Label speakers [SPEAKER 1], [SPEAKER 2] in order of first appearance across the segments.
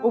[SPEAKER 1] 波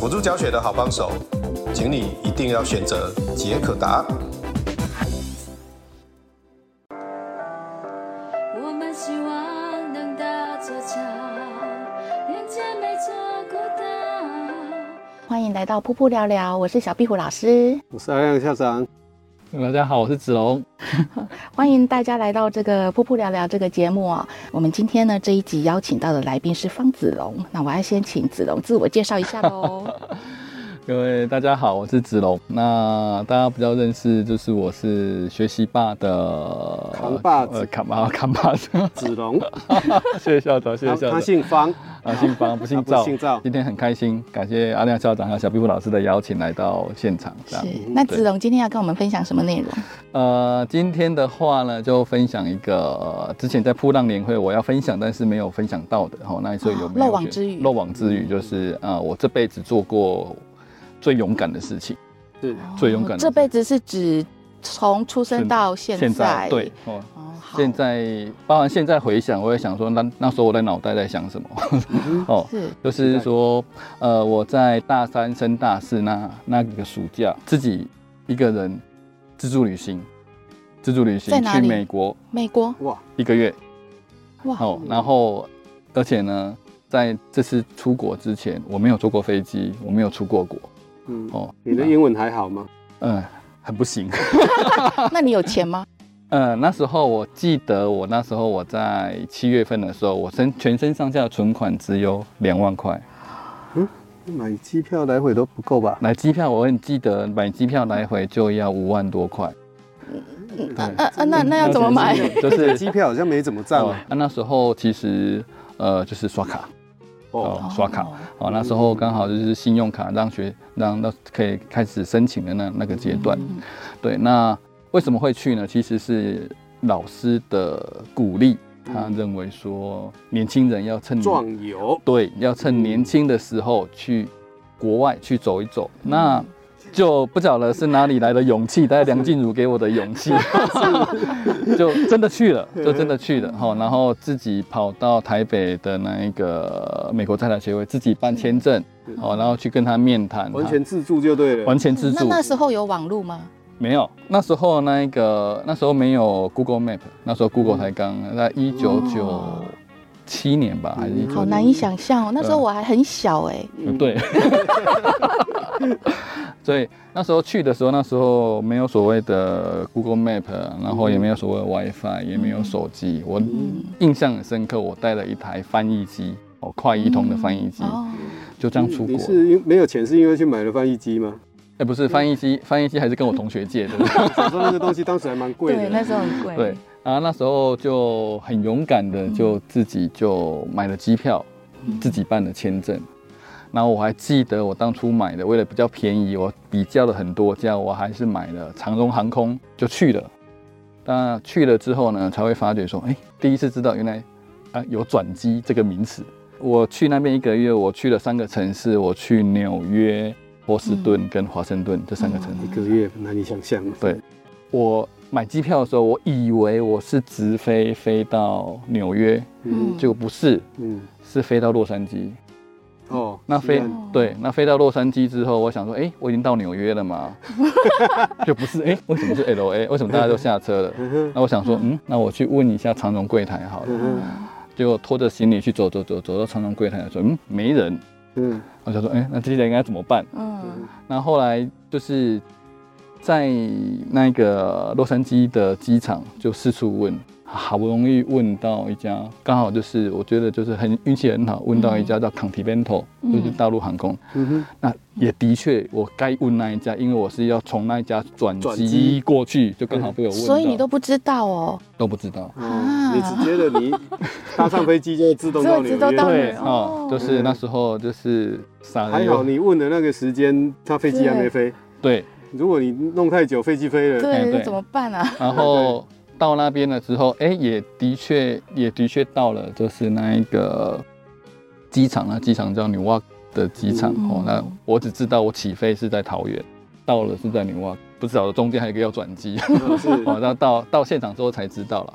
[SPEAKER 2] 辅助教学的好帮手，请你一定要选择杰克达。
[SPEAKER 3] 我们希望能搭座桥，连接每座孤岛。
[SPEAKER 4] 欢迎来到噗噗聊聊，我是小壁虎老师，
[SPEAKER 1] 我是阿亮校长，
[SPEAKER 5] 嗯大家好，我是子龙。
[SPEAKER 4] 欢迎大家来到这个噗噗聊聊这个节目啊、我们今天呢这一集邀请到的来宾是方子龙，那我要先请子龙自我介绍一下 喽。
[SPEAKER 5] 各位大家好，我是子龙。那大家比较认识，就是我是学习霸的
[SPEAKER 1] 扛把子
[SPEAKER 5] 呃，扛把扛把 子。
[SPEAKER 1] 子 龙，
[SPEAKER 5] 谢谢校长，谢谢
[SPEAKER 1] 他
[SPEAKER 5] 校
[SPEAKER 1] 他
[SPEAKER 5] 长。
[SPEAKER 1] 姓方，
[SPEAKER 5] 啊，姓方不姓
[SPEAKER 1] 他不
[SPEAKER 5] 赵，
[SPEAKER 1] 姓赵
[SPEAKER 5] 今天很开心，感谢阿亮校长还有小壁虎老师的邀请来到现场。这
[SPEAKER 4] 是
[SPEAKER 5] 样，
[SPEAKER 4] 那子龙今天要跟我们分享什么内容？
[SPEAKER 5] 呃，今天的话呢，就分享一个、呃之前在扑浪年会我要分享，但是没有分享到的哦。那所以有没有
[SPEAKER 4] 漏网
[SPEAKER 5] 觉得
[SPEAKER 4] 之鱼
[SPEAKER 5] 漏网之鱼就是呃，我这辈子做过最勇敢的事情。
[SPEAKER 1] 是
[SPEAKER 5] 最勇敢的
[SPEAKER 4] 哦这辈子是指从出生到现在，
[SPEAKER 5] 对哦。
[SPEAKER 4] 哦，好，
[SPEAKER 5] 现在，包含现在回想，我也想说，那那时候我的脑袋在想什么？
[SPEAKER 4] 嗯
[SPEAKER 5] 哦，
[SPEAKER 4] 是
[SPEAKER 5] 就是说，呃，我在大三升大四那那个暑假，自己一个人自助旅行，自助旅
[SPEAKER 4] 在
[SPEAKER 5] 行
[SPEAKER 4] 哪
[SPEAKER 5] 去
[SPEAKER 4] 里
[SPEAKER 5] 美国
[SPEAKER 4] 美国
[SPEAKER 1] 哇，
[SPEAKER 5] 一个月，
[SPEAKER 4] 哇，
[SPEAKER 5] 哦，然后而且呢，在这次出国之前，我没有坐过飞机，我没有出过国，
[SPEAKER 1] 嗯，
[SPEAKER 5] 哦，
[SPEAKER 1] 你的
[SPEAKER 5] 那
[SPEAKER 1] 英文还好吗？
[SPEAKER 5] 嗯很不行，
[SPEAKER 4] 那你有钱吗？
[SPEAKER 5] 呃，那时候我记得，我那时候我在七月份的时候，我身全身上下的存款只有两万块。
[SPEAKER 1] 买机票来回都不够吧？
[SPEAKER 5] 买机票，我很记得买机票来回就要五万多块。
[SPEAKER 1] 嗯
[SPEAKER 4] 那那呃那那要怎么买？
[SPEAKER 5] 啊就是
[SPEAKER 1] 机票好像没怎么涨
[SPEAKER 5] 哦
[SPEAKER 1] 啊。
[SPEAKER 5] 啊，那时候其实呃就是刷卡
[SPEAKER 1] 哦，
[SPEAKER 5] 哦，刷卡
[SPEAKER 4] 哦
[SPEAKER 5] 哦，那时候刚好就是信用卡让学让那可以开始申请的那那个阶段。
[SPEAKER 4] 嗯
[SPEAKER 5] 对，那为什么会去呢？其实是老师的鼓励，他
[SPEAKER 4] 嗯
[SPEAKER 5] 认为说年轻人要趁
[SPEAKER 1] 壮游，
[SPEAKER 5] 对，要
[SPEAKER 1] 嗯
[SPEAKER 5] 趁年轻的时候去国外去走一走。
[SPEAKER 1] 嗯
[SPEAKER 5] 那就不晓得是哪里来的勇气，大概梁静茹给我的 勇气，就真的去了，
[SPEAKER 1] 嗯
[SPEAKER 5] 就真的去了哈。然后自己跑到台北的那一个美国太太协会，自己办签证
[SPEAKER 1] 是
[SPEAKER 5] 哦，然后去跟他面谈，
[SPEAKER 1] 嗯完全自助就对了。
[SPEAKER 5] 嗯完全自
[SPEAKER 4] 那
[SPEAKER 5] 助。
[SPEAKER 4] 那时候有网路吗？
[SPEAKER 5] 没有，那时候那一个那时候没有 Google Map，那时候
[SPEAKER 1] 嗯
[SPEAKER 5] Google 才刚在一九九七年吧，还是一
[SPEAKER 1] 嗯
[SPEAKER 5] 九
[SPEAKER 4] 好难以想象哦，那时
[SPEAKER 5] 啊
[SPEAKER 4] 候我还很小哎、
[SPEAKER 5] 嗯对， 所以那时候去的时候，那时候没有所谓的 Google Map，然后也没有所谓的 WiFi，也没有手机。我印象很深刻，我带了一台翻译机，哦，快译通的翻译机，
[SPEAKER 4] 哦，
[SPEAKER 5] 就这样出国
[SPEAKER 1] 嗯你。是因没有钱是因为去买了翻译机 吗？
[SPEAKER 5] 哎，不是翻译机，翻译机还是跟我同学借的。
[SPEAKER 1] 小时候那个东西当时还蛮贵
[SPEAKER 4] 对，那
[SPEAKER 1] 的。
[SPEAKER 4] 时候很贵。
[SPEAKER 5] 对，啊，那时候就很勇敢的，就自己就买了机票，自己办了签证。然后我还记得我当初买的，为了比较便宜，我比较了很多家，我还是买了长荣航空就去了。那去了之后呢，才会发觉说，哎，第一次知道原来啊有转机这个名词。我去那边一个月，我去了三个城市，我去纽约、波士顿跟华盛顿这三个城市。
[SPEAKER 1] 一个月很难以想象。啊
[SPEAKER 5] 对我买机票的时候，我以为我是直飞飞到纽约，
[SPEAKER 1] 嗯
[SPEAKER 5] 结果不是，
[SPEAKER 1] 嗯，
[SPEAKER 5] 是飞到洛杉矶。
[SPEAKER 1] 哦，
[SPEAKER 5] 那
[SPEAKER 1] 西
[SPEAKER 5] 飞
[SPEAKER 1] 岸
[SPEAKER 4] 哦
[SPEAKER 5] 对，那飞到洛杉矶之后，我想说，哎、我已经到纽约了嘛，就不是哎、诶为什么是 L A？为什么大家都下车了？
[SPEAKER 1] 嗯哼
[SPEAKER 5] 那我想说，嗯，那我去问一下长荣柜台好了。
[SPEAKER 1] 嗯哼
[SPEAKER 5] 结果拖着行李去走走走，走到长荣柜台的时候，嗯，没人。
[SPEAKER 1] 嗯
[SPEAKER 5] 我想说，哎、那接下来应该怎么办？
[SPEAKER 4] 嗯，
[SPEAKER 5] 那后来就是在那个洛杉矶的机场就四处问，好不容易问到一家，刚好就是我觉得就是很运气很好，问到一家叫 Continental，、就是大陆航空。
[SPEAKER 1] 嗯哼，
[SPEAKER 5] 那也的确，我该问那一家，因为我是要从那一家转
[SPEAKER 1] 转机
[SPEAKER 5] 机过去，就刚好被我问到，
[SPEAKER 4] 所以你都不知道哦，
[SPEAKER 5] 都不知道。
[SPEAKER 1] 哦，你只觉得你搭上飞机就自动到
[SPEAKER 4] 啊所以
[SPEAKER 1] 纽
[SPEAKER 4] 直到到
[SPEAKER 1] 约，
[SPEAKER 5] 对
[SPEAKER 4] 哦
[SPEAKER 5] 哦，就是那时候就是傻了
[SPEAKER 1] 还
[SPEAKER 5] 又
[SPEAKER 1] 好你问的那个时间，他飞机还没飞。
[SPEAKER 5] 对，
[SPEAKER 1] 如果你弄太久，飞机飞了，
[SPEAKER 5] 哎
[SPEAKER 4] 对，
[SPEAKER 5] 对
[SPEAKER 4] 那怎么办 啊？
[SPEAKER 5] 然后到那边了之后，哎，也的确也的确到了，就是那一个机场啊，机场叫纽瓦的机场、
[SPEAKER 4] 嗯
[SPEAKER 5] 哦。那我只知道我起飞是在桃园，到了是在纽瓦，不知道中间还有一个要转机，
[SPEAKER 1] 嗯 是
[SPEAKER 5] 哦，那到到现场之后才知道了。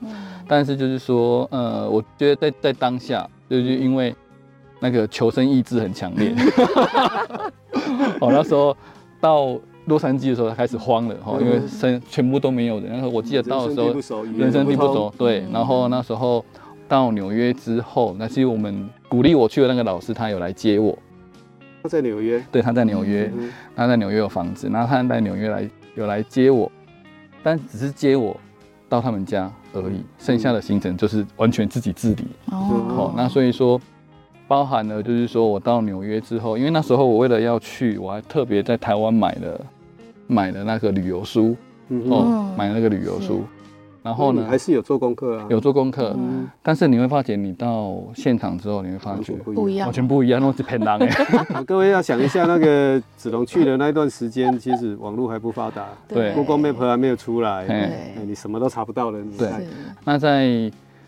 [SPEAKER 5] 但是就是说，呃，我觉得在在当下，就是因为那个求生意志很强烈。哦，那时候到洛杉矶的时候开始慌了，哦，因为身全部都没有人。然后我记得到的时候，
[SPEAKER 1] 人生地不熟，语言
[SPEAKER 5] 人生地不
[SPEAKER 1] 通
[SPEAKER 5] 熟，，对。然后那时候到纽约之后，那其实我们鼓励我去的那个老师，他有来接我，
[SPEAKER 1] 他在纽约，
[SPEAKER 5] 对，他在纽约。
[SPEAKER 1] 嗯
[SPEAKER 5] 他在纽约有房子，然后他在纽约来有来接我，但只是接我到他们家而
[SPEAKER 1] 嗯
[SPEAKER 5] 已，剩下的行程就是完全自己自理。哦，那所以说，包含了就是说我到纽约之后，因为那时候我为了要去，我还特别在台湾买了买了那个旅游书
[SPEAKER 1] 嗯
[SPEAKER 5] 哦，
[SPEAKER 4] 嗯
[SPEAKER 5] 买了那个旅游书，然后
[SPEAKER 1] 那
[SPEAKER 5] 呢
[SPEAKER 1] 你还是有做功课啊，
[SPEAKER 5] 有做功课，
[SPEAKER 1] 嗯
[SPEAKER 5] 但是你会发觉你到现场之后，你会发
[SPEAKER 1] 完
[SPEAKER 5] 觉
[SPEAKER 1] 全
[SPEAKER 4] 不
[SPEAKER 1] 不一
[SPEAKER 4] 一
[SPEAKER 1] 样。
[SPEAKER 4] 样
[SPEAKER 5] 完，全不一样，那是骗人的。
[SPEAKER 1] 啊各位要想一下，那个子龙去的那段时间，其实网络还不发达
[SPEAKER 5] 对
[SPEAKER 1] ，Google Map 还没有出来，
[SPEAKER 5] 嘿
[SPEAKER 1] 哎你什么都查不到了。你
[SPEAKER 5] 对
[SPEAKER 1] 看
[SPEAKER 4] 是
[SPEAKER 5] 那在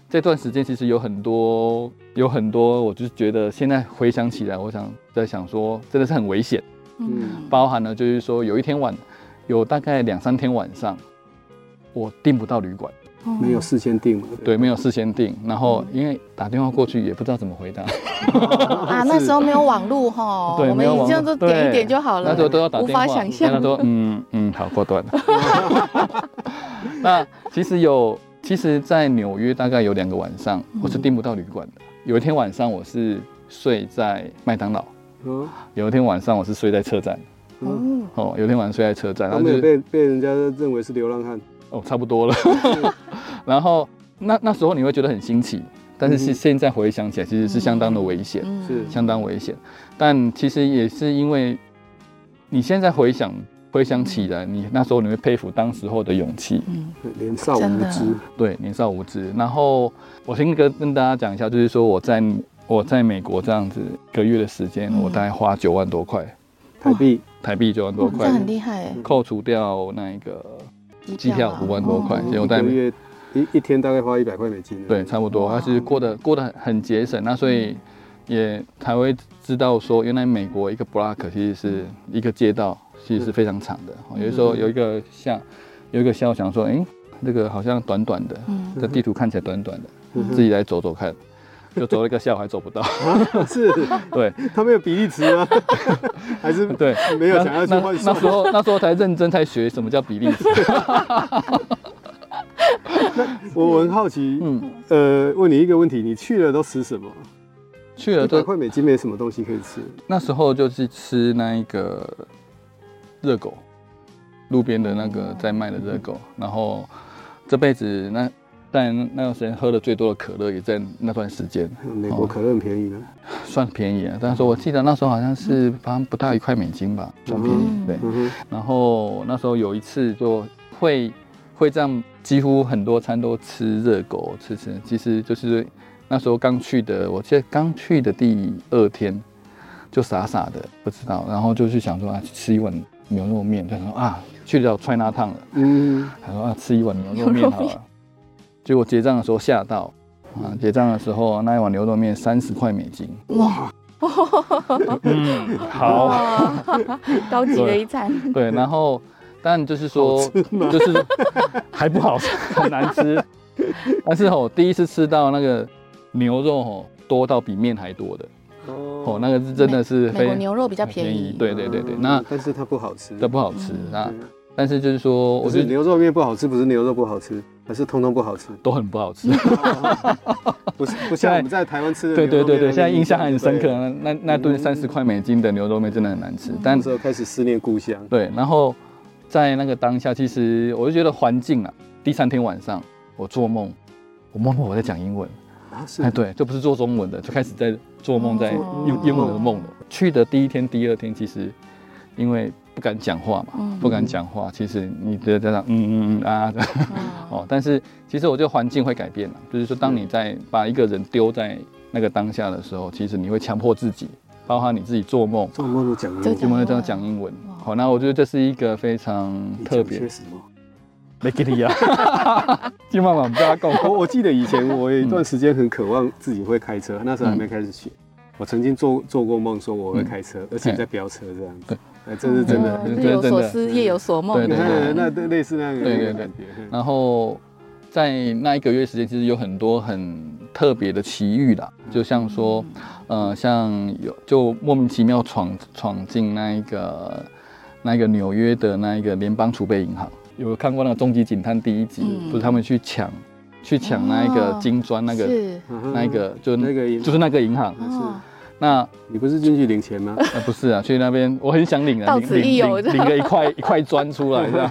[SPEAKER 5] 这段时间，其实有很多有很多，我就是觉得现在回想起来，我想在想说，真的是很危险。
[SPEAKER 4] 嗯，
[SPEAKER 5] 包含了就是说，有一天晚，有大概两三天晚上，我订不到旅馆，
[SPEAKER 4] 嗯
[SPEAKER 1] 没有事先定嘛，
[SPEAKER 5] 对，没有事先订，然后因为打电话过去也不知道怎么回答，
[SPEAKER 4] 啊，那时候没有网络哈，
[SPEAKER 5] 对
[SPEAKER 4] 我们
[SPEAKER 5] 没有网
[SPEAKER 4] 这样都
[SPEAKER 5] 对
[SPEAKER 4] 点一点就好了，
[SPEAKER 5] 那时候都要打
[SPEAKER 4] 无
[SPEAKER 5] 电话，
[SPEAKER 4] 法想象
[SPEAKER 5] 那，时候嗯嗯，好挂断了。那其实有，其实，在纽约大概有两个晚上，我是订不到旅馆的。有一天晚上我是睡在麦当劳，
[SPEAKER 1] 嗯，
[SPEAKER 5] 有一天晚上我是睡在车站，
[SPEAKER 4] 哦，
[SPEAKER 5] 哦，有一天晚上睡在车站，
[SPEAKER 1] 他
[SPEAKER 5] 然后就
[SPEAKER 1] 们也
[SPEAKER 5] 是
[SPEAKER 1] 被被人家认为是流浪汉，
[SPEAKER 5] 哦差不多了。 然后那那时候你会觉得很新奇，但是
[SPEAKER 1] 嗯
[SPEAKER 5] 是现在回想起来，其实是相当的危险。
[SPEAKER 4] 嗯
[SPEAKER 1] 是
[SPEAKER 5] 相当危险。但其实也是因为你现在回想回想起来，你那时候你会佩服当时候的勇气。
[SPEAKER 4] 嗯
[SPEAKER 1] 年少无
[SPEAKER 4] 真的
[SPEAKER 1] 知，
[SPEAKER 5] 对，年少无知。然后我先跟跟大家讲一下，就是说我在我在美国这样子一个月的时间，
[SPEAKER 4] 嗯
[SPEAKER 5] 我大概花九万多块
[SPEAKER 1] 台币
[SPEAKER 5] 台币，九万多
[SPEAKER 4] 哇嗯哦这
[SPEAKER 5] 块，
[SPEAKER 4] 很厉害，
[SPEAKER 5] 扣除掉那个
[SPEAKER 4] 机
[SPEAKER 5] 机票
[SPEAKER 4] 啊
[SPEAKER 5] 五万多块
[SPEAKER 4] 哦，
[SPEAKER 5] 结果
[SPEAKER 1] 一
[SPEAKER 5] 在
[SPEAKER 1] 个月一一天大概花一百块美金，
[SPEAKER 5] 对，，差不多，
[SPEAKER 4] 哇
[SPEAKER 5] 他是过得过得很很节省，那所
[SPEAKER 1] 嗯
[SPEAKER 5] 以也才会知道说，原来美国一个 block 其实是一个街道，其实是非常长的。哦
[SPEAKER 1] 嗯
[SPEAKER 5] 有的时候有一个巷，有一个巷，我想说，哎、这个好像短短的，
[SPEAKER 4] 嗯
[SPEAKER 5] 这地图看起来短短的，
[SPEAKER 1] 嗯哼
[SPEAKER 5] 自己来走走看，就走了一个下午还走 不到。
[SPEAKER 1] 是，
[SPEAKER 5] 对
[SPEAKER 1] 他们有比例尺 吗？还是
[SPEAKER 5] 对，
[SPEAKER 1] 没有想要去
[SPEAKER 5] 那
[SPEAKER 1] 换算
[SPEAKER 5] 那那时？候那时候才认真才学什么叫比例 尺。
[SPEAKER 1] 我我很好奇，
[SPEAKER 5] 嗯，
[SPEAKER 1] 呃，问你一个问题，你去了都吃什么？
[SPEAKER 5] 去了
[SPEAKER 1] 一百
[SPEAKER 5] 就
[SPEAKER 1] 块美金没什么东西可以吃，
[SPEAKER 5] 那时候就是吃那一个热狗，路边的那个在卖的热狗，然后这辈子那但那段时间喝的最多的可乐也在那段时间，
[SPEAKER 1] 嗯美国可乐很便宜的。
[SPEAKER 5] 算便宜啊。但是我记得那时候好像是好像不到一块美金吧，算便宜
[SPEAKER 4] 嗯
[SPEAKER 5] 对。
[SPEAKER 1] 嗯
[SPEAKER 5] 然后那时候有一次就会会这样，几乎很多餐都吃热狗吃吃，其实就是那时候刚去的，我记得刚去的第二天就傻傻的不知道，然后就去想说啊吃一碗牛肉面，他说啊去掉川辣烫了，
[SPEAKER 1] 嗯，
[SPEAKER 5] 他说啊吃一碗牛肉面好了，结果结账的时候吓到。啊，结账的时候那一碗牛肉面三十块美金，
[SPEAKER 4] 哇，
[SPEAKER 5] 嗯， 好，
[SPEAKER 4] 高级的一餐，
[SPEAKER 5] 对，然后但就是说，就是 还不好吃， 很难吃。但是哦，第一次吃到那个牛肉哦，多到比面还多的哦，
[SPEAKER 1] 哦，
[SPEAKER 5] 那个是真的
[SPEAKER 4] 美
[SPEAKER 5] 是非
[SPEAKER 4] 国
[SPEAKER 5] 常
[SPEAKER 4] 牛肉比较便宜，
[SPEAKER 5] 对对对对，那
[SPEAKER 1] 嗯但是它不好吃。
[SPEAKER 5] 都不好吃啊。
[SPEAKER 1] 嗯
[SPEAKER 5] 但是就是说，
[SPEAKER 1] 不
[SPEAKER 5] 我觉
[SPEAKER 1] 是
[SPEAKER 5] 得
[SPEAKER 1] 牛肉面不好吃，不是牛肉不好吃，而是通通不好吃。
[SPEAKER 5] 都很不好吃。
[SPEAKER 1] 不是不
[SPEAKER 5] 现
[SPEAKER 1] 像
[SPEAKER 5] 在
[SPEAKER 1] 我们在台湾吃的。
[SPEAKER 5] 对对对对，现在印象还很深刻。。那那那顿三十块美金的牛肉面真的很难吃，
[SPEAKER 4] 嗯
[SPEAKER 5] 但
[SPEAKER 1] 那时候开始思念故乡。
[SPEAKER 5] 对，然后在那个当下，其实我就觉得环境啊，第三天晚上我做梦，我梦到我在讲英文，
[SPEAKER 1] 啊是
[SPEAKER 5] 哎，对，就不是做中文的，就开始在做梦，在
[SPEAKER 4] 哦
[SPEAKER 5] 英英文的梦了。去的第一天、第二天，其实因为不敢讲话嘛
[SPEAKER 4] 嗯，
[SPEAKER 5] 不敢讲话，其实你的在那嗯嗯嗯啊的
[SPEAKER 4] 哦，
[SPEAKER 5] 哦，但是其实我觉得环境会改变了，就是说当你在把一个人丢在那个当下的时候，其实你会强迫自己，包含你自己做
[SPEAKER 4] 哦
[SPEAKER 5] 梦，
[SPEAKER 1] 做梦都讲英
[SPEAKER 4] 就
[SPEAKER 5] 有
[SPEAKER 1] 文
[SPEAKER 4] 讲
[SPEAKER 5] 没有这样讲英文？好，那我觉得这是一个非常
[SPEAKER 1] 你
[SPEAKER 5] 特
[SPEAKER 1] 讲
[SPEAKER 5] 别
[SPEAKER 1] 些。 什么？
[SPEAKER 5] 没给你啊，金妈妈不要讲。
[SPEAKER 1] 我我记得以前我有一段时间很渴望自己会开
[SPEAKER 5] 嗯
[SPEAKER 1] 车，那时候还没开始学。我曾经做做过梦，说我会开车，而且在飙车这样子
[SPEAKER 5] 嗯对。
[SPEAKER 1] 哎，这是真
[SPEAKER 5] 嗯
[SPEAKER 1] 的。
[SPEAKER 5] 这
[SPEAKER 4] 日
[SPEAKER 5] 是
[SPEAKER 4] 有
[SPEAKER 5] 真
[SPEAKER 4] 所
[SPEAKER 5] 的
[SPEAKER 4] 思，夜有所梦。嗯
[SPEAKER 5] 对
[SPEAKER 1] 你
[SPEAKER 5] 对
[SPEAKER 1] 看，
[SPEAKER 5] 对
[SPEAKER 1] 那那类似那个
[SPEAKER 5] 对
[SPEAKER 1] 那
[SPEAKER 5] 对
[SPEAKER 1] 个
[SPEAKER 5] 对啊
[SPEAKER 1] 感觉。嗯
[SPEAKER 5] 然后在那一个月时间，其实有很多很特别的奇遇啦，就像说，
[SPEAKER 4] 嗯
[SPEAKER 5] 呃，像有就莫名其妙闯闯进那一个那一个纽约的那一个联邦储备银行，有看过那个《终极警探》第一集，
[SPEAKER 4] 嗯
[SPEAKER 5] 不是他们去抢去抢那一个
[SPEAKER 4] 哦
[SPEAKER 5] 金砖那个
[SPEAKER 4] 是
[SPEAKER 5] 那一个就
[SPEAKER 1] 嗯那个银行
[SPEAKER 5] 就是那个银行，
[SPEAKER 4] 哦，
[SPEAKER 5] 那
[SPEAKER 1] 你不是进去领 钱吗？
[SPEAKER 5] 呃，不是啊，去那边我很想领啊，
[SPEAKER 4] 到
[SPEAKER 5] 领
[SPEAKER 4] 此一游
[SPEAKER 5] 领领领个一块 一块砖出来这 样，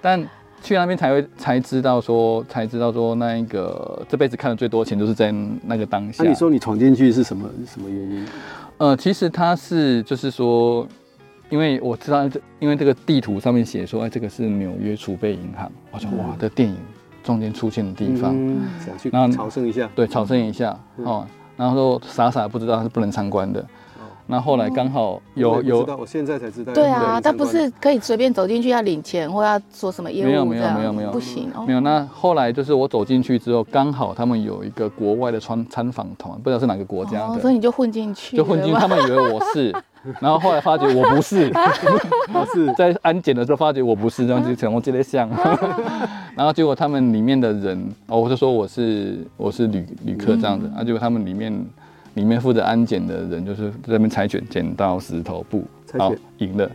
[SPEAKER 5] 但去那边才会才知道说才知道说那一个这辈子看的最多钱就是在那个当下。
[SPEAKER 1] 啊那你说你闯进去是什么什么原因？
[SPEAKER 5] 呃，其实它是就是说，因为我知道这因为这个地图上面写说，哎，这个是纽约储备银行，我说哇，这电影中间出现的地方，
[SPEAKER 1] 嗯想去
[SPEAKER 5] 那
[SPEAKER 1] 朝圣一下。
[SPEAKER 5] 对，朝圣一下哦，然后傻傻不知道它是不能参观的。那后来刚好
[SPEAKER 1] 哦我也
[SPEAKER 5] 有
[SPEAKER 1] 不
[SPEAKER 5] 有
[SPEAKER 1] 知道，我现在才知道。
[SPEAKER 4] 对啊，
[SPEAKER 1] 有
[SPEAKER 4] 但不是可以随便走进去要领钱或要做什么业务
[SPEAKER 5] 没有没
[SPEAKER 4] 这
[SPEAKER 5] 有
[SPEAKER 4] 样
[SPEAKER 5] 没有没有
[SPEAKER 4] 不行哦
[SPEAKER 5] 没有，那后来就是我走进去之后，刚好他们有一个国外的参参访团，不知道是哪个国家
[SPEAKER 4] 哦
[SPEAKER 5] 的，
[SPEAKER 4] 所以你就混进去了
[SPEAKER 5] 就
[SPEAKER 4] 吗，
[SPEAKER 5] 混进去，他们以为我是， 然后后来发觉我不 是，
[SPEAKER 1] 关的，哦是
[SPEAKER 5] 在安检的时候发觉我不是，这样就成我这类像，
[SPEAKER 4] 啊
[SPEAKER 5] 然后结果他们里面的人，哦，我就说我是我是旅旅客这样子，
[SPEAKER 4] 嗯
[SPEAKER 5] 啊，结果他们里面里面负责安检的人就是在那边裁剪剪刀石头布，
[SPEAKER 1] 裁
[SPEAKER 5] 好
[SPEAKER 1] 剪
[SPEAKER 5] 赢了，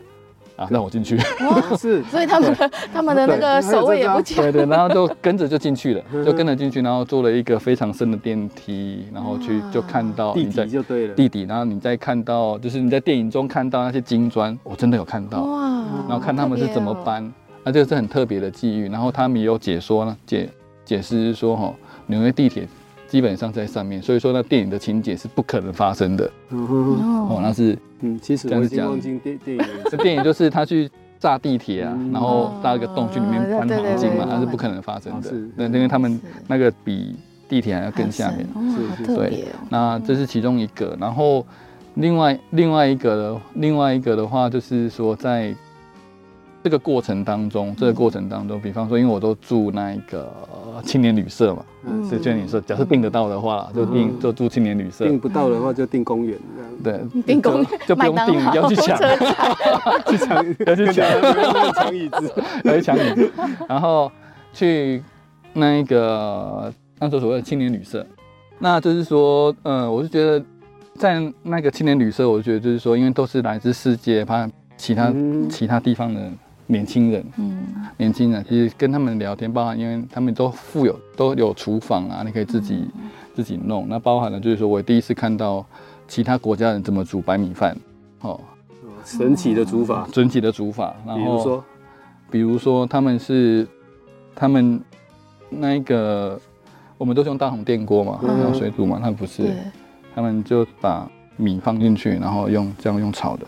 [SPEAKER 5] 啊，让我进去。
[SPEAKER 1] 啊是
[SPEAKER 4] 所以他们的他们的那个
[SPEAKER 1] 对
[SPEAKER 4] 守卫也
[SPEAKER 1] 还有
[SPEAKER 4] 不
[SPEAKER 1] 这
[SPEAKER 4] 讲
[SPEAKER 5] 对 对，然后就跟着就进去
[SPEAKER 1] 嗯
[SPEAKER 5] 了，就跟着进去，然后坐了一个非常深的电梯，然后去就看到
[SPEAKER 1] 嗯地
[SPEAKER 5] 你在
[SPEAKER 1] 底就对了。
[SPEAKER 5] 地底，然后你再看到就是你在电影中看到那些金砖，我真的有看
[SPEAKER 1] 哦
[SPEAKER 5] 到，
[SPEAKER 4] 哇，哦
[SPEAKER 5] 然后看他们是怎么搬，那这个是很特别的际遇。然后他们也有解说呢，解解释说哈，纽约地铁基本上在上面，所以说那电影的情节是不可能发生的
[SPEAKER 1] 嗯哼哼
[SPEAKER 5] 哦，
[SPEAKER 4] 哦，
[SPEAKER 5] 那是
[SPEAKER 1] 嗯，其实
[SPEAKER 5] 这样
[SPEAKER 1] 我已
[SPEAKER 5] 是
[SPEAKER 1] 经
[SPEAKER 5] 假的
[SPEAKER 1] 忘记电电影了
[SPEAKER 5] 这电影就是他去炸地铁啊
[SPEAKER 1] 嗯，哦
[SPEAKER 5] 然后炸一个洞去里面搬
[SPEAKER 4] 对对
[SPEAKER 5] 黄金
[SPEAKER 1] 对
[SPEAKER 5] 嘛，
[SPEAKER 1] 对
[SPEAKER 5] 那是不可能发生
[SPEAKER 1] 哦
[SPEAKER 5] 的
[SPEAKER 1] 是。
[SPEAKER 5] 那因为他们
[SPEAKER 4] 是
[SPEAKER 5] 那个比地铁还要更下面。
[SPEAKER 4] 哇，
[SPEAKER 1] 是
[SPEAKER 4] 好
[SPEAKER 1] 是
[SPEAKER 4] 特别
[SPEAKER 5] 对
[SPEAKER 4] 哦，
[SPEAKER 5] 那这是其中一个。然后另外另外一个的另外一个的话，就是说在这个过程当
[SPEAKER 4] 嗯
[SPEAKER 5] 中，这个过程当中，比方说，因为我都住那一个呃青年旅社嘛，
[SPEAKER 1] 嗯
[SPEAKER 5] 是青年旅社，假设订得到的话，
[SPEAKER 4] 嗯
[SPEAKER 5] 就订就住青年旅社。
[SPEAKER 1] 订不到的话就订公园这样。
[SPEAKER 5] 对，
[SPEAKER 4] 订公园
[SPEAKER 5] 就就不用
[SPEAKER 4] 麦当
[SPEAKER 5] 订，
[SPEAKER 4] 劳
[SPEAKER 5] 要去抢，
[SPEAKER 4] 车
[SPEAKER 1] 去抢，
[SPEAKER 5] 要去 抢。
[SPEAKER 1] 抢椅子。
[SPEAKER 5] 来抢你，然后去那一个那时候所谓的青年旅社，那就是说，嗯，我是觉得在那个青年旅社，我觉得就是说，因为都是来自世界，怕其他、
[SPEAKER 1] 嗯
[SPEAKER 5] 其他地方的年轻人，
[SPEAKER 4] 嗯，
[SPEAKER 5] 年轻人其实跟他们聊天，包含因为他们都富有都有厨房啊，你可以自己、自己弄，那包含了就是说我第一次看到其他国家人怎么煮白米饭，哦，
[SPEAKER 1] 神奇的煮法，
[SPEAKER 5] 整体的煮法，然
[SPEAKER 1] 比
[SPEAKER 5] 后
[SPEAKER 1] 如说，
[SPEAKER 5] 比如说他们是他们那一个，我们都是用大红电锅嘛，
[SPEAKER 1] 嗯
[SPEAKER 5] 还有水煮嘛，他们不是
[SPEAKER 4] 对，，
[SPEAKER 5] 他们就把米放进去，然后用这样用炒的，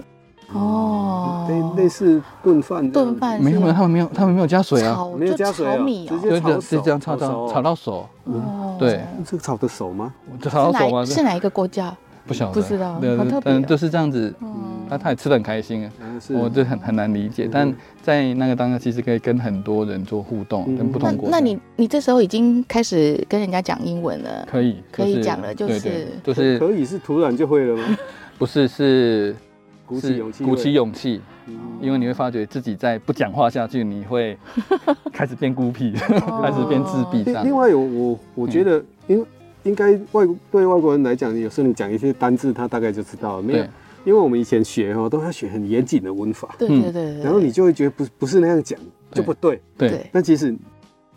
[SPEAKER 4] 哦，
[SPEAKER 1] 嗯类类似炖饭这样子，
[SPEAKER 4] 炖饭
[SPEAKER 5] 没有没有，他们没有他们没有加水啊，
[SPEAKER 4] 炒
[SPEAKER 1] 没有
[SPEAKER 4] 就
[SPEAKER 1] 加水啊
[SPEAKER 4] 炒米
[SPEAKER 1] 直接
[SPEAKER 4] 哦，
[SPEAKER 5] 就
[SPEAKER 1] 炒
[SPEAKER 5] 是
[SPEAKER 1] 熟
[SPEAKER 5] 是这样炒
[SPEAKER 1] 炒熟
[SPEAKER 5] 到炒到手，
[SPEAKER 4] 哦
[SPEAKER 5] 嗯对，
[SPEAKER 1] 这个炒的熟吗？
[SPEAKER 5] 就
[SPEAKER 4] 是
[SPEAKER 5] 炒到手
[SPEAKER 4] 哪
[SPEAKER 5] 吗
[SPEAKER 4] 一？是哪一个国家？
[SPEAKER 5] 不晓得，
[SPEAKER 4] 不知道
[SPEAKER 5] 对
[SPEAKER 4] 好特别哦
[SPEAKER 5] 但就是这样子，
[SPEAKER 4] 嗯，
[SPEAKER 5] 那他也吃的很开心啊。
[SPEAKER 1] 嗯，是。
[SPEAKER 5] 我这很很难理解，但在那个当下，其实可以跟很多人做互动，
[SPEAKER 1] 嗯
[SPEAKER 5] 跟不
[SPEAKER 4] 那
[SPEAKER 5] 同国家。
[SPEAKER 4] 那你你这时候已经开始跟人家讲英文了，
[SPEAKER 5] 可以
[SPEAKER 4] 可以讲了就是
[SPEAKER 5] 对对就是
[SPEAKER 1] 可以是突然就会了吗？
[SPEAKER 5] 不是是
[SPEAKER 1] 鼓
[SPEAKER 5] 是
[SPEAKER 1] 起勇气会，
[SPEAKER 5] 鼓起勇气，
[SPEAKER 1] 嗯
[SPEAKER 5] 因为你会发觉自己再不讲话下去，你会开始变 孤僻，开始变自闭这
[SPEAKER 1] 哦另
[SPEAKER 5] 样。
[SPEAKER 1] 另外有我，我觉得应应该外国对外国人来讲，有时候你讲一些单字，他大概就知道了。没有
[SPEAKER 5] 对，
[SPEAKER 1] 因为我们以前学哦，都要学很严谨的文法，
[SPEAKER 4] 对
[SPEAKER 5] 嗯
[SPEAKER 4] 对对对，
[SPEAKER 1] 然后你就会觉得不不是那样讲就
[SPEAKER 5] 对
[SPEAKER 1] 不对。
[SPEAKER 5] 对，
[SPEAKER 1] 但其实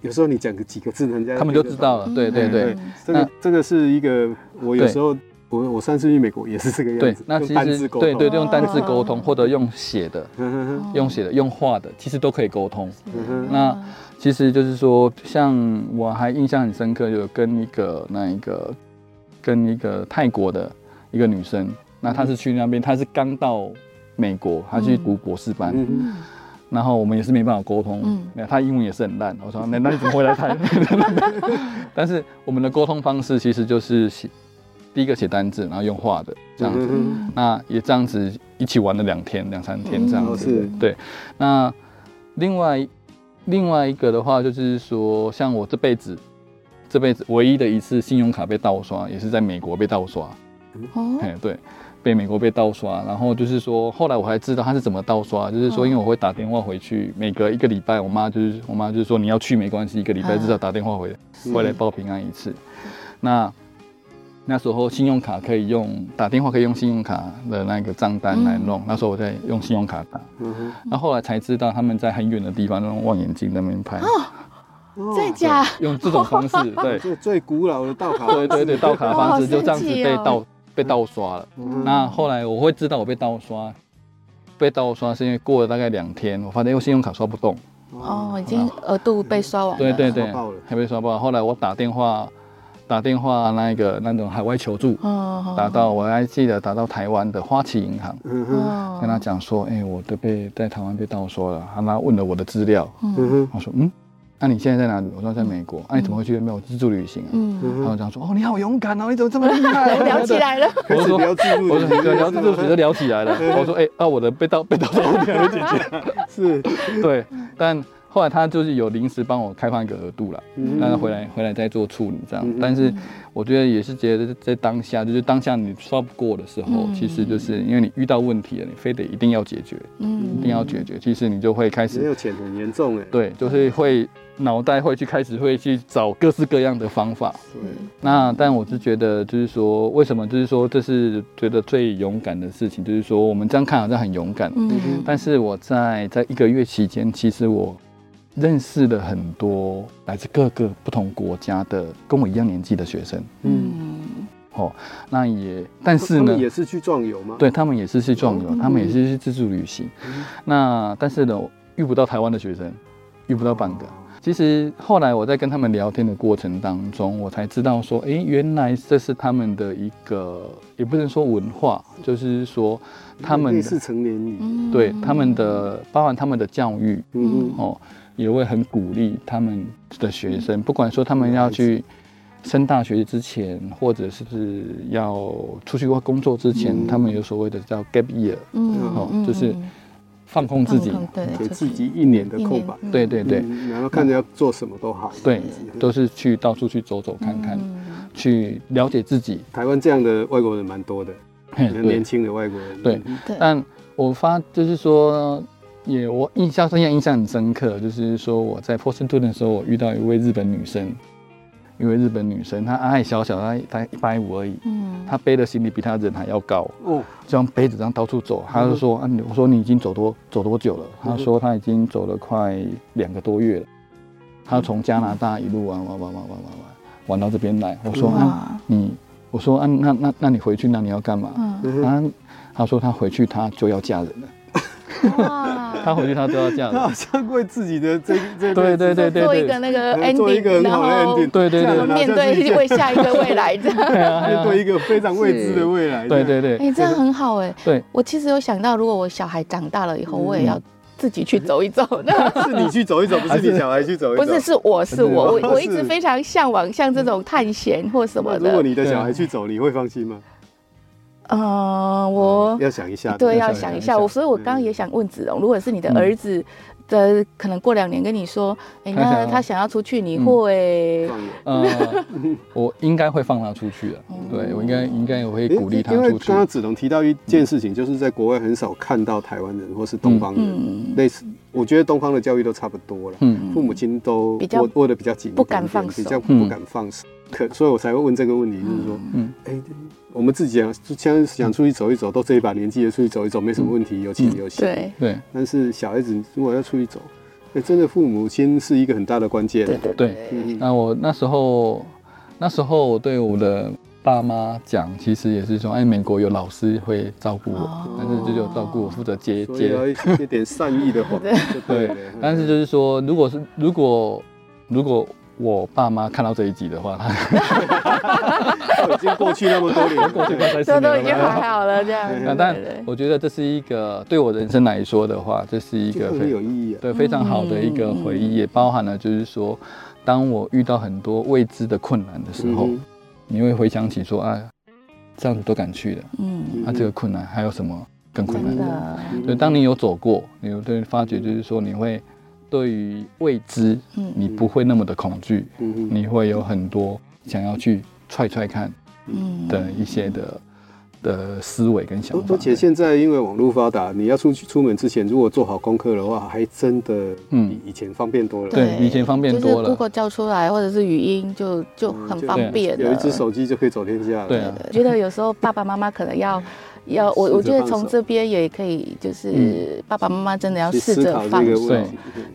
[SPEAKER 1] 有时候你讲个几个字，人家
[SPEAKER 5] 他们就知道了。
[SPEAKER 4] 嗯
[SPEAKER 5] 对对对
[SPEAKER 1] 这个这个是一个我有时候我我上次去美国也是这个样
[SPEAKER 5] 对
[SPEAKER 1] 子，，
[SPEAKER 5] 那
[SPEAKER 1] 用
[SPEAKER 5] 其
[SPEAKER 1] 单
[SPEAKER 5] 实
[SPEAKER 1] 字沟
[SPEAKER 5] 对
[SPEAKER 1] 通
[SPEAKER 5] 对，用单 字沟
[SPEAKER 4] 哦
[SPEAKER 5] 通或者用写的，
[SPEAKER 1] 嗯哼
[SPEAKER 5] 用写的、用画的，其实都可以沟通。
[SPEAKER 4] 哦
[SPEAKER 1] 嗯哼
[SPEAKER 5] 那其实就是说，像我还印象很深刻，有跟一个那一个跟一个泰国的一个女生，那
[SPEAKER 1] 嗯
[SPEAKER 5] 她是去那边，她是刚到美国，她去读博士班，
[SPEAKER 1] 嗯哼
[SPEAKER 4] 嗯
[SPEAKER 5] 然后我们也是没办法沟通，
[SPEAKER 4] 嗯
[SPEAKER 5] 那她英文也是很烂，我说那那你怎么会来台？ 但是我们的沟通方式其实就是写第一个写单字，然后用画的这样子，
[SPEAKER 1] 嗯哼
[SPEAKER 5] 那也这样子一起玩了两天两三天这样
[SPEAKER 1] 哦
[SPEAKER 5] 子，
[SPEAKER 1] 是
[SPEAKER 5] 对，那另外另外一个的话，就是说，像我这辈子这辈子唯一的一次信用卡被盗刷，也是在美国被盗刷。
[SPEAKER 4] 哦
[SPEAKER 5] 哎、对，被美国被盗刷。然后就是说，后来我还知道他是怎么盗刷，就是说，
[SPEAKER 4] 嗯
[SPEAKER 5] 因为我会打电话回去，每隔一个礼拜，我妈就是我妈就是说你要去没关系，一个礼拜
[SPEAKER 4] 嗯
[SPEAKER 5] 至少打电话回来，回来报平安一次。那那时候信用卡可以用打电话可以用信用卡的那个账单来
[SPEAKER 4] 嗯
[SPEAKER 5] 弄，那时候我在用信用卡打。
[SPEAKER 1] 嗯哼
[SPEAKER 5] 那后来才知道他们在很远的地方用望远镜在那边拍，
[SPEAKER 1] 哦
[SPEAKER 4] 真的假？
[SPEAKER 5] 用这种方式， 对
[SPEAKER 1] 这最古老的 道卡，
[SPEAKER 5] 对对对，盗卡方式
[SPEAKER 4] 好
[SPEAKER 5] 就这样子
[SPEAKER 4] 神奇
[SPEAKER 5] 被
[SPEAKER 4] 哦
[SPEAKER 5] 盗被盗刷了。
[SPEAKER 1] 嗯
[SPEAKER 5] 那后来我会知道我被盗刷，被盗刷是因为过了大概两天，我发现我信用卡刷不动，
[SPEAKER 4] 哦，已经额度被刷完了。
[SPEAKER 5] 对对
[SPEAKER 1] 刷
[SPEAKER 5] 对
[SPEAKER 1] 爆了，
[SPEAKER 5] 还被刷爆了。后来我打电话打电话那个那种海外求助，
[SPEAKER 4] 哦，
[SPEAKER 5] 打到我还记得打到台湾的花旗银行，
[SPEAKER 1] 嗯哼
[SPEAKER 4] 哦
[SPEAKER 5] 跟他讲说，哎，我都被在台湾被盗刷了，他妈问了我的资料，
[SPEAKER 1] 嗯哼
[SPEAKER 5] 我说嗯，那、你现在在哪里？我说在美国，那、你怎么会去？没有自助旅行啊。
[SPEAKER 4] 嗯，
[SPEAKER 5] 然
[SPEAKER 1] 嗯
[SPEAKER 5] 后
[SPEAKER 1] 哼，
[SPEAKER 5] 这样说，哦，你好勇敢哦，你怎么这么厉害、 啊？
[SPEAKER 4] 聊起来了，
[SPEAKER 5] 我就说，
[SPEAKER 1] 聊自助
[SPEAKER 5] 我
[SPEAKER 1] 旅
[SPEAKER 5] 说
[SPEAKER 1] 行
[SPEAKER 5] 对，聊这就就聊起来了。我说，哎、那、我的被盗被盗到问题还没解决。
[SPEAKER 1] 是，嗯
[SPEAKER 5] 对，但后来他就是有临时帮我开放一个额度啦，
[SPEAKER 1] 嗯
[SPEAKER 5] 让他回来回来再做处理这样
[SPEAKER 1] 嗯。
[SPEAKER 5] 但是我觉得也是觉得在当下，就是当下你刷不过的时候，
[SPEAKER 4] 嗯
[SPEAKER 5] 其实就是因为你遇到问题了，你非得一定要解决，
[SPEAKER 4] 嗯
[SPEAKER 5] 一定要解决，其实你就会开
[SPEAKER 1] 没
[SPEAKER 5] 始
[SPEAKER 1] 有钱很严重哎，
[SPEAKER 5] 对，就是会脑袋会去开始会去找各式各样的方法。
[SPEAKER 4] 嗯
[SPEAKER 1] 对，嗯
[SPEAKER 5] 那但我是觉得，就是说，为什么就是说，这是觉得最勇敢的事情，就是说，我们这样看好像很勇敢，
[SPEAKER 4] 嗯，
[SPEAKER 5] 但是我在在一个月期间，其实我认识了很多来自各个不同国家的跟我一样年纪的学生，
[SPEAKER 1] 嗯，
[SPEAKER 4] 嗯
[SPEAKER 5] 哦，那也，但是
[SPEAKER 1] 他
[SPEAKER 5] 呢
[SPEAKER 1] 们，也是去壮游吗？，
[SPEAKER 5] 对他们也是去壮游，
[SPEAKER 1] 嗯
[SPEAKER 5] 他们也是去自助旅行，那但是呢，我遇不到台湾的学生，遇不到半个。其实后来我在跟他们聊天的过程当中，我才知道说，诶，原来这是他们的一个，也不能说文化，就是说他们
[SPEAKER 1] 类
[SPEAKER 5] 的
[SPEAKER 1] 似成年礼，
[SPEAKER 4] 嗯
[SPEAKER 5] 对他们的，包含他们的教育
[SPEAKER 1] 嗯哼，
[SPEAKER 5] 哦，也会很鼓励他们的学生，不管说他们要去升大学之前，或者是不是要出去工作之前，
[SPEAKER 1] 嗯
[SPEAKER 5] 他们有所谓的叫 gap year，
[SPEAKER 4] 嗯
[SPEAKER 5] 哦就是放空自己，
[SPEAKER 4] 对
[SPEAKER 1] 给自己一年的空白，
[SPEAKER 5] 对对对
[SPEAKER 1] 嗯然后看着要做什么都好，
[SPEAKER 5] 对
[SPEAKER 1] 嗯，
[SPEAKER 5] 都是去到处去走走看看。去了解自己。
[SPEAKER 1] 台湾这样的外国人蛮多的，
[SPEAKER 5] 嘿
[SPEAKER 1] 年
[SPEAKER 5] 对，
[SPEAKER 1] 轻的外国人，
[SPEAKER 5] 对
[SPEAKER 1] 嗯
[SPEAKER 4] 对，
[SPEAKER 5] 但我发就是说，也我印象现在印象很深刻，就是说我在波士顿的时候，我遇到一位日本女生，一位日本女生，她矮矮小小，她她一百五而已，
[SPEAKER 4] 嗯
[SPEAKER 5] 她背的行李比她人还要高，
[SPEAKER 1] 哦，
[SPEAKER 5] 这样背着这样到处走。她就说啊，你我说你已经走多走多久了？她说她已经走了快两个多月了，她从加拿大一路玩玩玩玩玩玩玩玩到这边来。我说啊，
[SPEAKER 4] 哇
[SPEAKER 5] 你我说啊，那那那你回去那你要干嘛？
[SPEAKER 4] 嗯
[SPEAKER 1] 嗯
[SPEAKER 5] 他他说他回去他就要嫁人了，
[SPEAKER 4] 哇，
[SPEAKER 5] 他回去他就要嫁
[SPEAKER 1] 他好
[SPEAKER 5] 人。
[SPEAKER 1] 像为自己的这这
[SPEAKER 5] 对对对对
[SPEAKER 4] 做一个
[SPEAKER 5] 对，
[SPEAKER 4] 那个呃 ending，
[SPEAKER 1] 做一个很好的
[SPEAKER 4] 然后
[SPEAKER 1] ending，
[SPEAKER 5] 对对对
[SPEAKER 1] 这样
[SPEAKER 4] 我
[SPEAKER 1] 好像
[SPEAKER 4] 们面
[SPEAKER 1] 是一
[SPEAKER 4] 对
[SPEAKER 1] 件
[SPEAKER 4] 为下一个未来这样。
[SPEAKER 5] 对啊，
[SPEAKER 1] 面对一个非常未知的未来，
[SPEAKER 5] 对对对
[SPEAKER 4] 哎，这样很好哎。
[SPEAKER 5] 对，嗯
[SPEAKER 4] 我其实有想到，如果我小孩长大了以后，我也要自己去走一 走。那
[SPEAKER 1] 是你去走一走，不是你小孩去走一走。
[SPEAKER 4] 不是，是我是我，
[SPEAKER 1] 是
[SPEAKER 4] 我我一直
[SPEAKER 1] 是
[SPEAKER 4] 非常向往像这种探险或什么
[SPEAKER 1] 如果
[SPEAKER 4] 的。
[SPEAKER 1] 你的小孩去走，你会放心吗？
[SPEAKER 4] 嗯，我
[SPEAKER 1] 哦要想一下。
[SPEAKER 4] 对，
[SPEAKER 5] 要
[SPEAKER 4] 要
[SPEAKER 5] 想
[SPEAKER 4] 想
[SPEAKER 5] 一
[SPEAKER 4] 一
[SPEAKER 5] 下
[SPEAKER 4] 下。我所以，我刚刚也想问子荣，如果是你的儿子的，可能过两年跟你说， 哎，
[SPEAKER 5] 他想
[SPEAKER 4] 那
[SPEAKER 5] 要
[SPEAKER 4] 他想要出去，你
[SPEAKER 5] 嗯
[SPEAKER 4] 会
[SPEAKER 5] 呃，我应该会放他出去
[SPEAKER 4] 哦
[SPEAKER 5] 的，对我应该应该我会鼓励他
[SPEAKER 1] 因为
[SPEAKER 5] 出去
[SPEAKER 1] 刚。刚子龙提到一件事情，就是在国外很少看到台湾人或是东方
[SPEAKER 4] 嗯
[SPEAKER 1] 人，类似，我觉得东方的教育都差不多了。
[SPEAKER 5] 嗯，
[SPEAKER 1] 父母亲都
[SPEAKER 4] 比较
[SPEAKER 1] 握握得比较紧一点点，
[SPEAKER 4] 不敢放
[SPEAKER 1] 比
[SPEAKER 4] 手
[SPEAKER 1] 较不敢放手。可，所以我才会问这个问题，就是说，
[SPEAKER 5] 嗯
[SPEAKER 1] 哎，我们自己啊想想想出去走一走，都这一把年纪了，出去走一走没什么问题，有钱有闲。
[SPEAKER 4] 嗯对
[SPEAKER 5] 对
[SPEAKER 1] 但是小孩子如果要出去走，哎，真的父母亲是一个很大的关键。啊
[SPEAKER 4] 对对
[SPEAKER 5] 对。
[SPEAKER 1] 嗯，
[SPEAKER 5] 那我那时候那时候我对我的爸妈讲，其实也是说，哎，美国有老师会照顾我，
[SPEAKER 4] 哦
[SPEAKER 5] 但是就有照顾我，负责接
[SPEAKER 1] 所以
[SPEAKER 5] 接
[SPEAKER 1] 要一点善意的话，就对
[SPEAKER 5] 对
[SPEAKER 1] 了。，
[SPEAKER 5] 嗯但是就是说，如果是如果如果我爸妈看到这一集的话，他
[SPEAKER 1] 都已经过去那么多年，
[SPEAKER 5] 过去快
[SPEAKER 4] 这
[SPEAKER 5] 三十年
[SPEAKER 4] 都
[SPEAKER 5] 了
[SPEAKER 4] 已经
[SPEAKER 5] 嘛。
[SPEAKER 4] 还好了，这样。
[SPEAKER 5] 嗯那但我觉得这是一个对我人生来说的话，这是一
[SPEAKER 1] 这
[SPEAKER 5] 个
[SPEAKER 1] 个很有意义啊。
[SPEAKER 5] 对非常好的一个回忆，也包含了就是说，当我遇到很多未知的困难的时候，
[SPEAKER 1] 嗯
[SPEAKER 5] 你会回想起说，啊，这样子都敢去的，啊
[SPEAKER 4] 嗯，
[SPEAKER 5] 那、这个困难还有什么更困难
[SPEAKER 4] 真
[SPEAKER 5] 的？
[SPEAKER 4] 的，
[SPEAKER 1] 嗯
[SPEAKER 5] 对，当你有走过，你会发觉就是说，你会对于未知，
[SPEAKER 4] 嗯
[SPEAKER 5] 你不会那么的恐惧，
[SPEAKER 1] 嗯
[SPEAKER 5] 你会有很多想要去踹踹看
[SPEAKER 4] 嗯，
[SPEAKER 5] 的一些的的思维跟想
[SPEAKER 1] 而
[SPEAKER 5] 法。
[SPEAKER 1] 而且现在因为网络发达，你要出去出门之前，如果做好功课的话，还真的
[SPEAKER 5] 嗯
[SPEAKER 1] 比以前方便多了。嗯
[SPEAKER 5] 对以前方便多
[SPEAKER 4] 就是
[SPEAKER 5] 了
[SPEAKER 4] Google 叫出来，或者是语音就就很方便了。
[SPEAKER 1] 嗯有一只手机就可以走天下了。
[SPEAKER 5] 对啊
[SPEAKER 4] 对觉得有时候爸爸妈妈可能要。要
[SPEAKER 1] 嗯
[SPEAKER 4] 我，
[SPEAKER 1] 试着
[SPEAKER 4] 我觉得
[SPEAKER 1] 放手
[SPEAKER 4] 从这边也可以，就是爸爸妈妈真的要
[SPEAKER 1] 去
[SPEAKER 4] 试
[SPEAKER 1] 思
[SPEAKER 4] 着
[SPEAKER 1] 考
[SPEAKER 4] 放
[SPEAKER 1] 这个
[SPEAKER 4] 手
[SPEAKER 1] 问，题。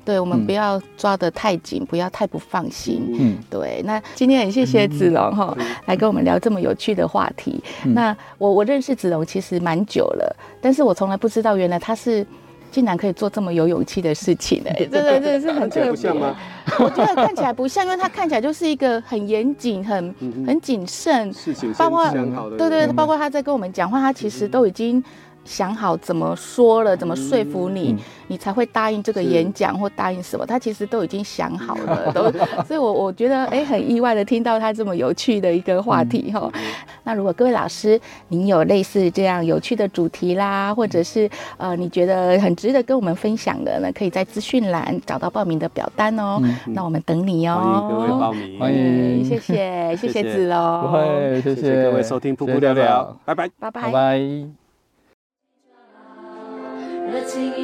[SPEAKER 4] 对我们
[SPEAKER 5] 嗯嗯
[SPEAKER 4] 不要抓得太紧，不要太不放心。
[SPEAKER 5] 嗯，
[SPEAKER 4] 对，那今天很谢谢子龙哈、
[SPEAKER 1] 嗯
[SPEAKER 4] 来跟我们聊这么有趣的话题。
[SPEAKER 5] 嗯
[SPEAKER 4] 那我我认识子龙其实蛮久了，但是我从来不知道原来他是。竟然可以做这么有勇气的事情哎、真的真的是
[SPEAKER 1] 看
[SPEAKER 4] 很
[SPEAKER 1] 起来
[SPEAKER 4] 特
[SPEAKER 1] 不
[SPEAKER 4] 别
[SPEAKER 1] 像。吗？
[SPEAKER 4] 我觉得看起来不像，因为他看起来就是一个很严谨、很很谨慎，
[SPEAKER 1] 事情
[SPEAKER 4] 包
[SPEAKER 1] 先
[SPEAKER 4] 括
[SPEAKER 1] 想好的。
[SPEAKER 4] 对对，包括他在跟我们讲话，他其实都已经想好怎么说了，怎么说服
[SPEAKER 1] 嗯
[SPEAKER 4] 你，你才会答应这个演讲或答应什么。他其实都已经想好 了，都。所以我我觉得哎，很意外的听到他这么有趣的一个话题
[SPEAKER 1] 嗯
[SPEAKER 4] 哈。 那如果各位老师，您有类似这样有趣的主题啦，或者
[SPEAKER 1] 嗯
[SPEAKER 4] 是呃你觉得很值得跟我们分享的呢，可以在资讯栏找到报名的表单哦。那我们等你哦。
[SPEAKER 1] 嗯欢迎各位报名，
[SPEAKER 5] 欢迎
[SPEAKER 4] 嗯谢谢，谢
[SPEAKER 1] 谢
[SPEAKER 4] 谢子龙，
[SPEAKER 5] 不会，谢
[SPEAKER 1] 谢谢各位收听《瀑布聊聊》，拜拜。
[SPEAKER 4] 拜拜
[SPEAKER 5] 拜拜。
[SPEAKER 3] 热情一